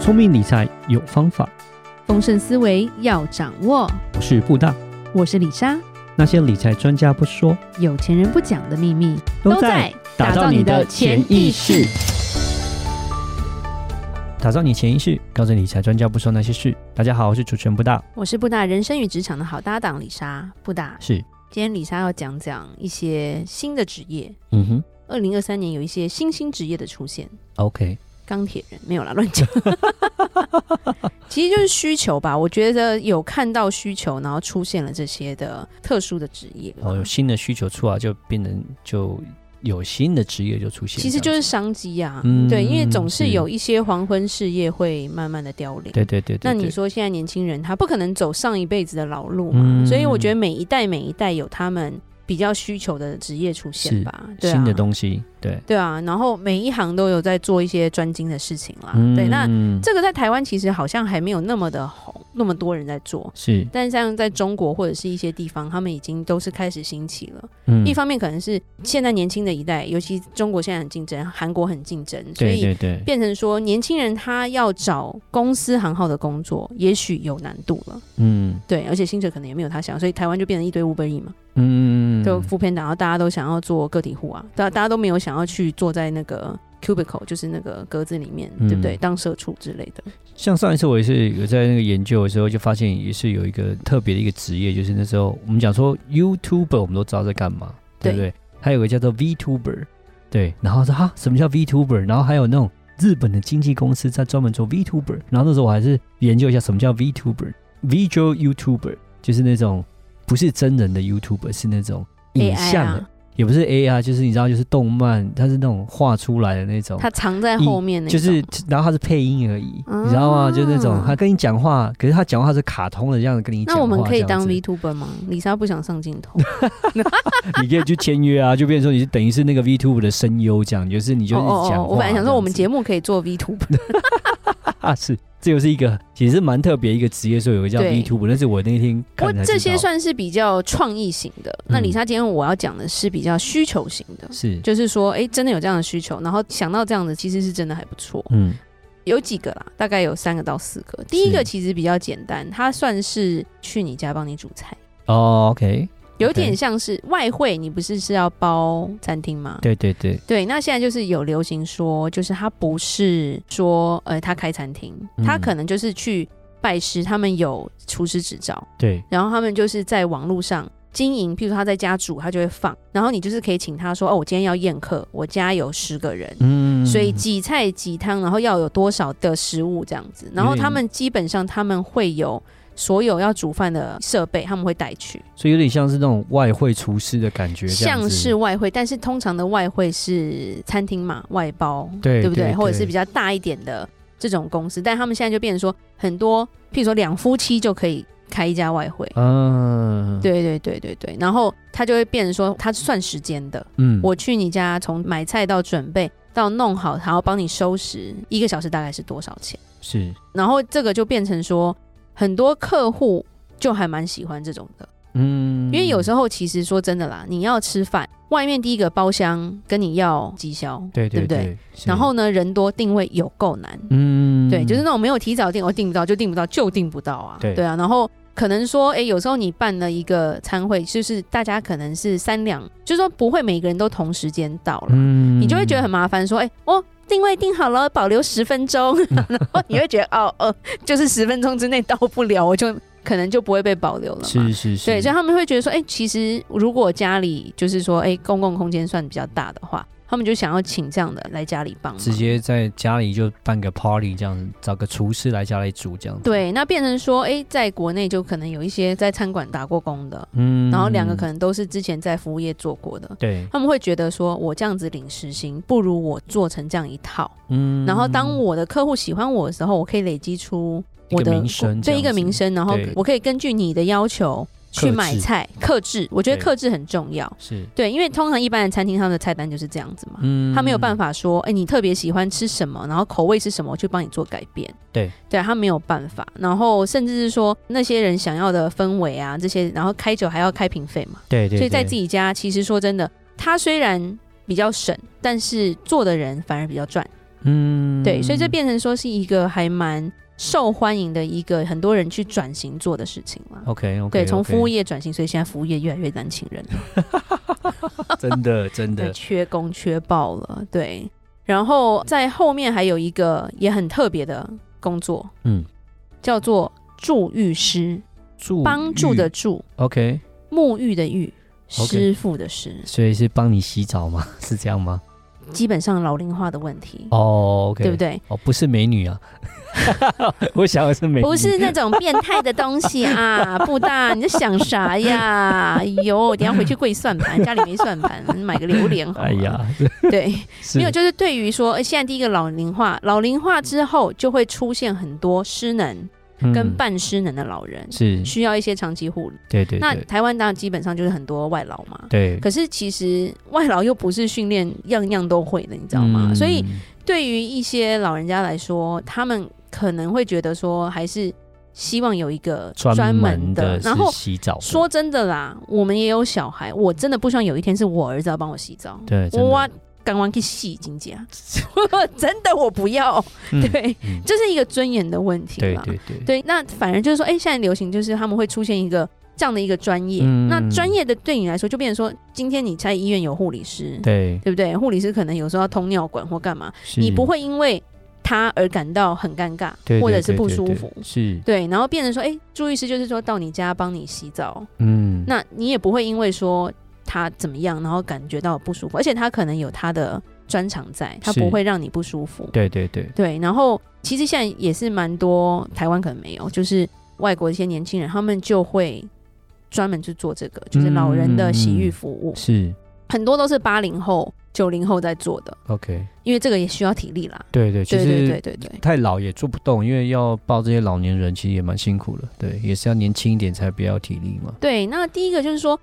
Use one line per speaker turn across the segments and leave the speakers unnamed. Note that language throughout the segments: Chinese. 聪明理财有方法，
丰盛思维要掌握。
我是布大。
我是李莎，
那些理财专家不说，
有钱人不讲的秘密
打造你的潜意识。，打造你潜意识，告诉理财专家不说那些事。大家好，我是主持人布大。
我是布大人生与职场的好搭档李莎。布大，
是，
今天李莎要讲讲一些新的职业。
嗯哼
二零二三年有一些新兴职业的出现，
，OK，
钢铁人没有啦，乱 讲。其实就是需求吧，我觉得有看到需求，然后出现了这些的特殊的职业。
哦，有新的需求出来，就变成就有新的职业就出现，
其实就
这样
是
子
商机呀、
嗯
对，因为总是
是
有一些黄昏事业会慢慢的凋零。
对对对对
那你
对
说现在年轻人他不可能走上一辈子的老路嘛，
嗯
所以我觉得每一代每一代有他们比较需求的职业出现
是
吧，对啊、
新的东西，对，
对啊，然后每一行都有在做一些专精的事情啦，啊对，那
嗯
这个在台湾其实好像还没有那么的红，那么多人在做。
是
但像在中国或者是一些地方，他们已经都是开始兴起了。
嗯
一方面可能是现在年轻的一代，尤其中国现在很竞争，韩国很竞争，所
对
以
对对，
变成说年轻人他要找公司行号的工作，也许有难度了。
嗯
对，而且薪水可能也没有他想，所以台湾就变成一堆 Uber E 嘛，
嗯
就副片档，然后大家都想要做个体户啊，大大家都没有想要去坐在那个 cubicle，就是那个格子里面，对不对？
嗯
当社畜之类的，
像上一次我也是有在那个研究的时候，就发现也是有一个特别的一个职业，就是那时候我们讲说 YouTuber，我们都知道在干嘛，对不
对
对？还有个叫做 VTuber，对，然后说哈什么叫 VTuber，然后还有那种日本的经纪公司在专门做 VTuber，然后那时候我还是研究一下什么叫 VTuber，Visual YouTuber 就是那种不是真人的 YouTuber，是那种影
AI
像的，
啊，
也不是 AI，就是你知道就是动漫，它是那种画出来的那种，
它藏在后面那
就
种
是，然后他是配音而已，你知道
啊
吗？就那种他跟你讲话，可是他讲话是卡通的这样子跟你讲
那
话。
我们可以当
这样
VTuber 吗？李莎不想上镜 头，
子你可以去签约啊，就变成说你是等于是那个 VTube 的声优这样，就是你就
哦
一直
哦
讲话。
哦，我本来想说我们节
目
目可以做 VTuber，
啊 是，这又是一个其实蛮特别一个职业，所以有个叫
对
VTube，但是我那天
不过
看才
这些
知道
算是比较创意型的。那
嗯
李莎今天我要讲的是比较需求型的，
是
就是说，哎、真的有这样的需求，然后想到这样的，其实是真的还不错。
嗯
有几个啦，大概有三个到四个。第一个其实比较简单，它算是去你家帮你煮菜，
哦 OK
有点像是外汇，你不是是要包餐厅吗？
对对对
对，那现在就是有流行说，就是他不是说，呃，他开餐厅，
嗯
他可能就是去拜师，他们有厨师执照，
对
然后他们就是在网络上经营，譬如他在家煮，他就会放，然后你就是可以请他说，哦，我今天要宴客，我家有十个人，
嗯，
所以几菜几汤，然后要有多少的食物这样子。然后他们基本上他们会有所有要煮饭的设备，他们会带去，
所以有点像是那种外汇厨师的感觉，这样
像
子
是外汇，但是通常的外汇是餐厅嘛，外包，
对
不对？
对
或者是
对
比较大一点的这种公司，但他们现在就变成说，很多譬如说两夫妻就可以开一家外汇。
嗯
对对对对对，然后他就会变成说，他是算时间的，
嗯
我去你家，从买菜到准备到弄好，然后帮你收拾，一个小时大概是多少钱？
是
然后这个就变成说，很多客户就还蛮喜欢这种的，
嗯，
因为有时候其实说真的啦，你要吃饭，外面第一个包厢跟你要绩效，
对对
不对？
对，是
然后呢，人多定位有够难，
嗯
对，就是那种没有提早订，我、哦订不到就订不到，就订不到啊，
对
啊，然后。可能说，哎、有时候你办了一个餐会，就是大家可能是三两，就是说不会每个人都同时间到了，
嗯
你就会觉得很麻烦，说，哎、哦，定位定好了，保留十 分钟，然后你会觉得，哦，呃，就是十分钟之内到不了，我就可能就不会被保留了嘛
是。是是，
对，所以他们会觉得说，哎、其实如果家里就是说，哎、公共空间算比较大的话，他们就想要请这样的来家里帮忙。
直接在家里就办个 party 这样子，找个厨师来家里煮这样子。，
对，那变成说，哎、在国内就可能有一些在餐馆打过工的，
嗯
然后两个可
能
能都是之前在服务业做过的，
对，
他们会觉得说，我这样子领时薪，不如我做成这样一套。
嗯
然后当我的客户喜欢我的时候，我可以累积出
一个
我的
名声这
对
样
一个
子
名声，然后
对
我可以根据你的要求去
克
买
制
菜，克制。我觉得
对
克制很重要，
是
对，因为通常一般的餐厅他们的菜单就是这样子嘛，
嗯
他没有办，法说，哎，你特别喜欢吃什么，然后口味是什么，我去帮你做改变。
对，
对他没有办法，然后甚至是说那些人想要的氛围啊，这些，然后开酒还要开瓶费嘛，
对对，
所以在
对
自己家，其实说真的，他虽然比较省，但是做的人反而比较赚。
嗯，
对，所以这变成说是一个还蛮受欢迎的一个很多人去转型做的事情了。
OK OK，
对，从服务
业
业转型，所以现在服务业越来越难请人了，
真的真
对，
的
缺工缺爆了。对，然后在后面还有一个也很特别的工作，
嗯，
叫做助浴师，
助
帮助
浴
的助，
OK，
沐浴的浴，
OK
师傅的师，
所以是帮你洗澡吗？ 是这样吗？
基本上老龄化的问题，
哦，OK，
对不？对？
哦，不是美女啊， 我想的是美女，
不是那种变态的东 西啊，布大，你在想啥呀？哎呦，等一下回去跪算盘，家里没算盘，买个榴莲好了。
哎呀，
对，
是
没有，就是对于说，哎，现在第一个老龄化，老龄化之后就会出现很多失能跟
嗯
半失能的老人，
是，
需要一些长期护理。
对对
那
对
台湾当然基本上就是很多外劳嘛。
对，
可是其实外劳又不是训练样样都会的，你知道吗？所以
嗯
对于一些老人家来说，他们可能会觉得说，还是希望有一个
专
专
门
门的。
的是
然后
洗澡的
说真的啦，我们也有小孩，我真的不希望有一天是我儿子要帮我洗澡。
对，真的
我刚刚去洗金姐， 真的我不要。
嗯
对，
嗯
这是一个尊严的问题
对
啦。
对对，
对那反而就是说，哎、现在流行就是他们会出现一个这样的一个专业。
嗯
那专业的对你来说，就变成说，今天你在医院有护理师，
对，
对不对？护理师可能有时候要通尿管或干嘛，
是
你不会因为他而感到很尴尬，
对
或
对
者是
对
不
对
舒
对
服。
是，
对，然后变成说，哎，朱医师就是说到你家帮你洗澡，
嗯，
那你也不会因为说他怎么样，然后感觉到不舒服，而且他可能有他的专长在，他
是
不会让你不舒服。
对对对，
对，然后其实现在也是蛮多台湾可能没有，就是外国一些年轻人，他们就会专门去做这个，就是老人的洗
嗯
浴服务，
是
很多都是八零后、九零后在做的，
OK，
因为这个也需要体力啦。
对对，其
对对对
实
对对。
太老也做不动，因为要抱这些老年人，其实也蛮辛苦的，对，也是要年轻一点才比较有体力嘛，
对，那第一个就是说，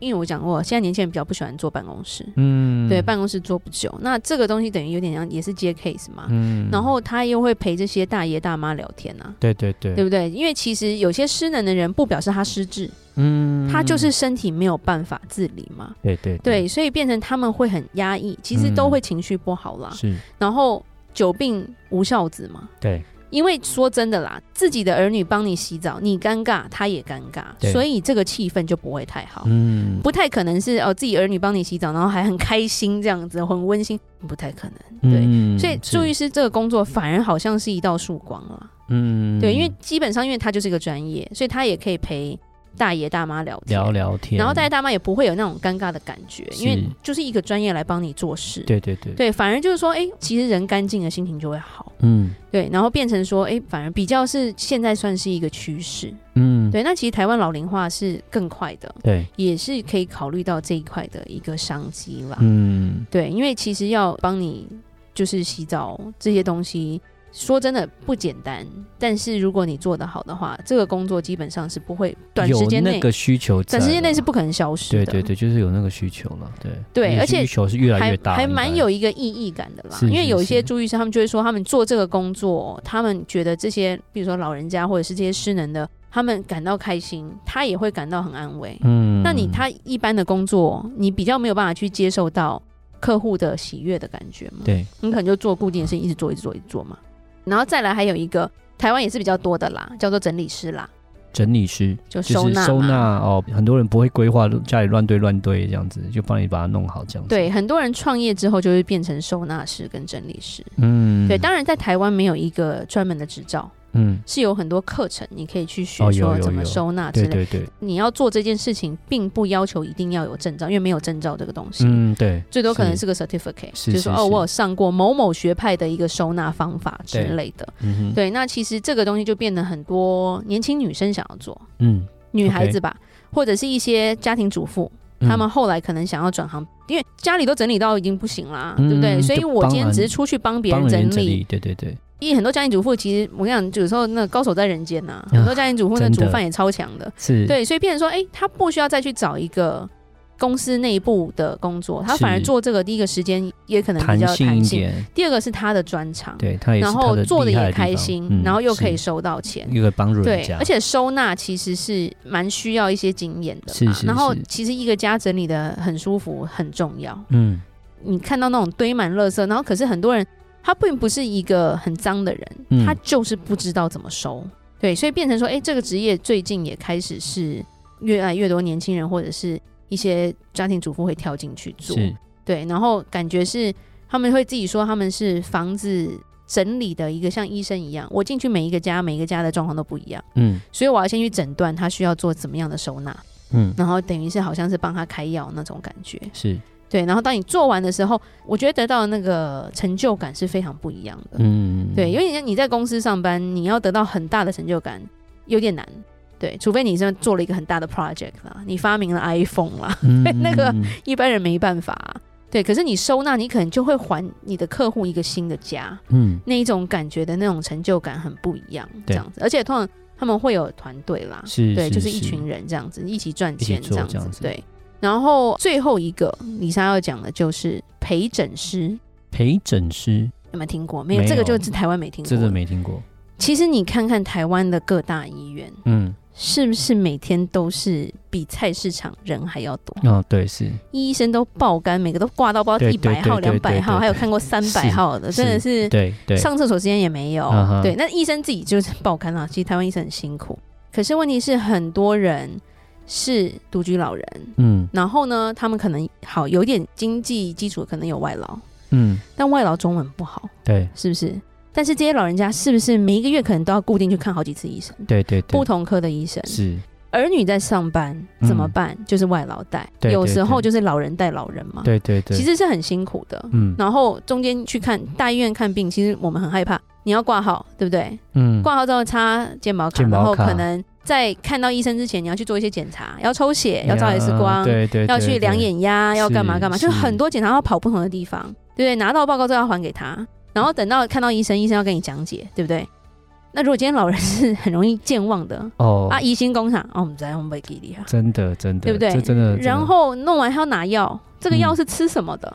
因为我讲过，现在年轻人比较不喜欢坐办公室，
嗯，
对，办公室坐不久。那这个东西等于有点像也是接 case 嘛，
嗯，
然后他又会陪这些大爷大妈聊天啊，
对对对
对，不对？因为其实有些失能的人不表示他失智，
嗯
他就是身体没有办法自理嘛，
对对
对，所以变成他们会很压抑，其实都
嗯
会情绪不好啦，
是，
然后久病无孝子嘛。
对
因
嗯
为说真的啦，自己的儿女帮你洗澡，你尴尬，他也尴尬，
对
所以这个气氛就不会太好。
嗯
不太可能是哦，自己儿女帮你洗澡，然后还很开心这样子，很温馨，不太可能。对，
嗯
所以
是
助浴师这个工作反而好像是一道曙光了。
嗯
对，因为基本上因为他就是一个专业，所以他也可以陪大爷大妈聊天，
聊聊天，
然后大爷大妈也不会有那种尴尬的感觉，
嗯是
因为就是一个专业来帮你做事。
对对对，
对，反而就是说，哎，其实人干净了，心情就会好。
嗯
对，然后变成说，哎，反而比较是现在算是一个趋势。
嗯
对，那其实台湾老龄化是更快的，
对，
也是可以考虑到这一块的一个商机啦。
嗯
对，因为其实要帮你就是洗澡这些东西，说真的不简单。但是如果你做得好的话，这个工作基本上是不会短时间
有
内
那，个需求在
短
啦，
时间内是不可能消失
对
的。
对对，就是有那个需求了，对
对
那个
而且
需求是越来越
还
大，
还
应
蛮
该
有一个意义感的啦，
是
因为
是
有一些
是
朱医师他们就会说，他们做这个工作，他们觉得这些，比如说老人家或者是这些失能的，他们感到开心，他也会感到很安慰。
嗯，
那你他一般的工作，你比较没有办法去接受到客户的喜悦的感觉吗？
对
你可能就做固定的事情，一直做，一直做，一直做嘛。然后再来还有一个台湾也是比较多的啦，叫做整理师啦，
整理师
就
就
收
是
纳嘛。
收纳哦，很多人不会规划，家里乱堆乱堆这样子，就帮你把它弄好这样子。
对，，很多人创业之后就会变成收纳师跟整理师。
嗯，
对，当然在台湾没有一个专门的执照，
嗯，
是有很多课程你可以去学
哦有
说
有
怎么
有
收纳之
对
类。
对对，
你要做这件事情，并不要求一定要有证照，因为没有证照这个东西。
嗯对，
最多可能是个 certificate，
是
就是说
是
哦，我有上过某某学派的一个收纳方法之
对
类的。
嗯哼，
对，那其实这个东西就变得很多年轻女生想要做，
嗯，
女孩子吧或者是一些家庭主妇，
嗯
她们后来可能想要转行，因为家里都整理到已经不行啦，
嗯
对不对？所以
就
我
帮
今天
人
只是出去帮别人
帮
整
整
理。，
对对对，
因为很多家庭主妇其实我跟你讲，有时候那个高手在人间呐、很多家庭主妇
啊
那
真的
煮饭也超强的，
是，
对，所以变成说，哎、她不需要再去找一个。公司内部的工作，她反而
是
做这个，第一个时间也可能比
弹
较
性
弹
一
性，
点，
第二个是她的专长，
对他也是
然
他
后
的
做
厉
的
害
也
的地
开
方
心，
嗯
然后又可以
是
收到钱。
又可以帮助人
对
家，，
而且收纳其实是蛮需要一些经验的嘛。
是是
然后
是
其实一个家整理的很舒服很重要。
嗯
你看到那种堆满垃圾，然后可是很多人他并不是一个很脏的人，
嗯
他就是不知道怎么收。对，所以变成说，哎、这个职业最近也开始是越来越多年轻人或者是一些家庭主妇会跳进去做。
是
对，然后感觉是他们会自己说他们是房子整理的一个像医生一样，我进去每一个家，每一个家的状况都不一样，
嗯
所以我要先去诊断他需要做怎么样的收纳，
嗯
然后等于是好像是帮他开药那种感觉。
是
对，然后当你做完的时候，我觉得得到的那个成就感是非常不一样的。
嗯
对，因为你你在公司上班，你要得到很大的成就感有点难。对，除非你真的做了一个很大的 project 啦，你发明了 iPhone 啦，
嗯
那个
嗯
一般人没办法、啊对，可是你收纳，你可能就会还你的客户一个新的家，
嗯
那一种感觉的那种成就感很不一样，这
对
样子。而且通常他们会有团队啦，
是
对，
是
就是一群人这样子一起赚
一
钱
起
这
做
样
这
子，
样子
对。然后最后一个李莎要讲的就是陪诊师，
陪诊师，
有没有听过？没有，
没
这个
有
就是台湾没听过。
真的。没听过，
其实你看看台湾的各大医院，
嗯
是不是每天都是比菜市场人还要多？
哦对是
医生都爆肝，每个都挂到不知道
对
一
对
百号、
对
两
对对
百号，
对
还有看过三百号的，
是
真的是
对对
上厕所时间也没有
嗯哼。
对，那医生自己就是爆肝啊啦。其实台湾医生很辛苦，可是问题是很多人是独居老人，
嗯
然后呢，他们可能好有点经济基础，可能有外劳，
嗯
但外劳中文不好，
对
是不是？但是这些老人家是不是每一个月可能都要固定去看好几次医生，
对对对
不同科的医生？
是
儿女在上班
嗯
怎么办？就是外劳带，
对对
有时候
对
就是老人带老人嘛。
嗯对对对
其实是很辛苦的。
嗯
然后中间去看大医院看病，其实我们很害怕，你要挂号，对不对？
嗯
挂号之后插健保卡，
健保
然后
卡
可能在看到医生之前，你要去做一些检查，要抽血，要照 X 光，
对对
要去量，眼压，要干嘛
是
干嘛，就是很多检查要跑不同的地方，对不对？拿到报告之后要还给他，然后等到看到医生，医生要跟你讲解，对不对？那如果今天老人是很容易健忘的、
对哦
啊，疑心工厂哦，我们在我们被给你啊，
真的真的
对不对
这真的真的嗯
然后弄完还要拿药，这个药是吃什么的？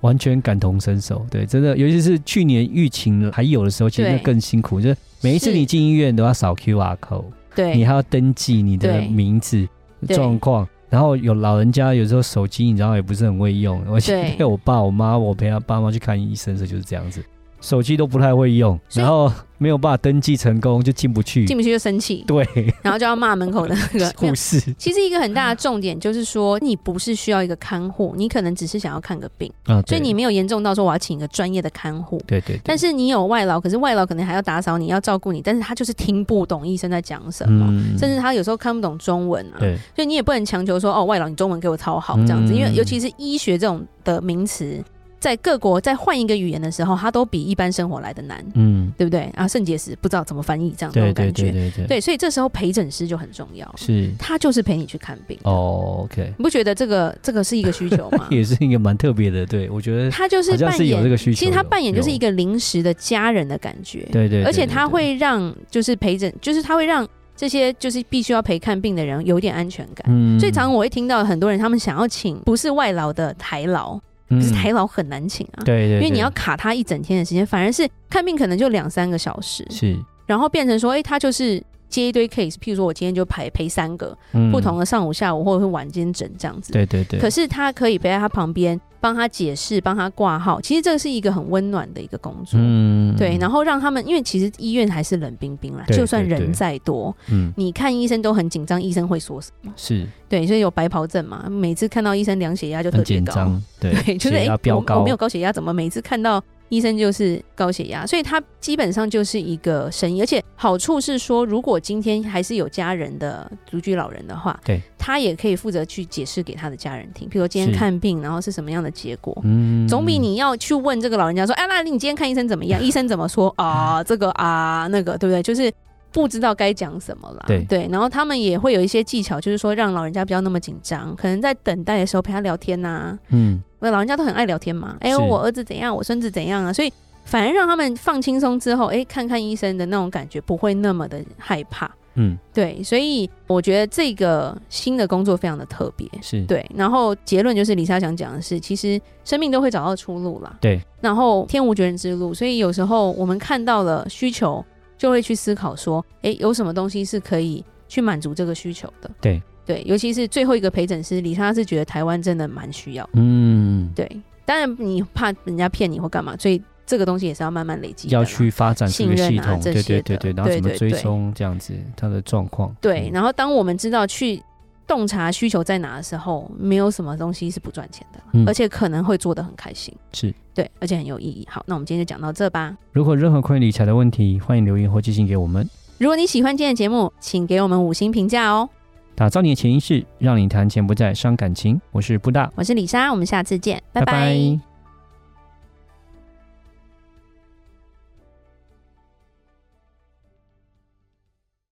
完全感同身受，对，真的，尤其是去年疫情还有的时候，其实
对
那更辛苦，就是每一次
是
你进医院都要扫 QR code，你
对
还要登记你的
对
名字
对
状况。然后有老人家有时候手机你知道也不是很会用，而且
对
我爸我妈我陪他爸妈去看医生的时候就是这样子，手机都不太会用，
所以
然后没有办法登记成功就进不去，
进不去就生气，
对，
然后就要骂门 口的那个没有
护士，
其实一个很大的重点就是说，你不是需要一个看护，你可能只是想要看个病，
啊，
所
对
以你没有严重到说我要请一个专业的看护。
对对，对
但是你有外劳，可是外劳可能还要打扫你，要照顾你，但是他就是听不懂医生在讲什么，
嗯
甚至他有时候看不懂中文啊，
对
所以你也不能强求说哦，外劳你中文给我超好这样
嗯
子，因为尤其是医学这种的名词，在各国在换一个语言的时候，它都比一般生活来的难，
嗯，
对不对啊？肾结石不知道怎么翻译这样
对
那种
对对
感觉，
对对，
对，所以这时候陪诊师就很重要，
是
他就是陪你去看病。
哦，OK，？
你不觉得这个这个是一个需求吗
也是一个蛮特别的，对我觉得
他就是
好像
扮
是有
演，
这个需求
其实他
有
扮演就是
有
一个临时的家人的感觉，
对对，
而且
对
他
对
会让就是陪诊，就是他会让这些就是必须要陪看病的人有点安全感。
嗯
最常我会听到很多人他们想要请不是外劳的台劳，可是
嗯
台劳很难请啊，
对对，
因为你
对
要卡他一整天的时间，反而是看病可能就两三个小时，
是
然后变成说，哎、他就是接一堆 case，譬如说我今天就陪陪三个、
嗯
不同的上午、下午或者是晚间诊这样子，
对对对，
可是他可以陪在他旁边，帮他解释，帮他挂号。其实这是一个很温暖的一个工作。
嗯
对，然
后
后让他们，因为其实医院还是冷冰冰啦，
对
就算
对对
人再多，
嗯
你看医生都很紧张，医生会说什么？
是
对，所以有白袍症嘛，每次看到医生量血压就特
很
别
紧
高，
张，对
对，就是
血
哎、
压
诶
飙
我
高，
我没有高血压，怎么每次看到医生就是高血压？所以他基本上就是一个生意，而且好处是说，如果今天还是有家人的独居老人的话，
对，
他也可以负责去解释给他的家人听，比如说今天
是
看病，然后是什么样的结果。
嗯
总比你要去问这个老人家说，哎、那你今天看医生怎 么样？医生怎么说啊？这个啊，那个，对不对？就是不知道该讲什么啦。
对
然后他们也会有一些技巧，就是说让老人家不要那么紧张，可能在等待的时候陪他聊天呐、啊
嗯
那老人家都很爱聊天嘛，哎、
是
我儿子怎样，我孙子怎样啊，所以反而让他们放轻松之后，哎、看看医生的那种感觉不会那么的害怕。
嗯
对，所以我觉得这个新的工作非常的特别。
是
对，然后结论就是李莎想讲的是，其实生命都会找到出路啦。
对，
然后天无绝人之路，所以有时候我们看到了需求，就会去思考说，哎，有什么东西是可以去满足这个需求的？
对
对，尤其是最后一个陪诊师，李莎是觉得台湾真的蛮需要的。
嗯
对，当然你怕人家骗你或干嘛，所以这个东西也是要慢慢累积的啦，
要去发展这个系统，
信任啊这
对
些
对
的
对对，然后怎么
对对
追
对
踪这样子它的状况，
对。
嗯
然后当我们知道去洞察需求在哪的时候，没有什么东西是不赚钱的啦，
嗯
而且可能会做得很开心，
是。
对，而且很有意义。好，那我们今天就讲到这吧。
如果有任何关于理财的问题，欢迎留言或寄信给我们。
如果你喜欢今天的节目，请给我们五星评价哦。
打造你的潜意识，让你谈钱不再伤感情。我是布大，
我是李莎，我们下次见，拜拜
拜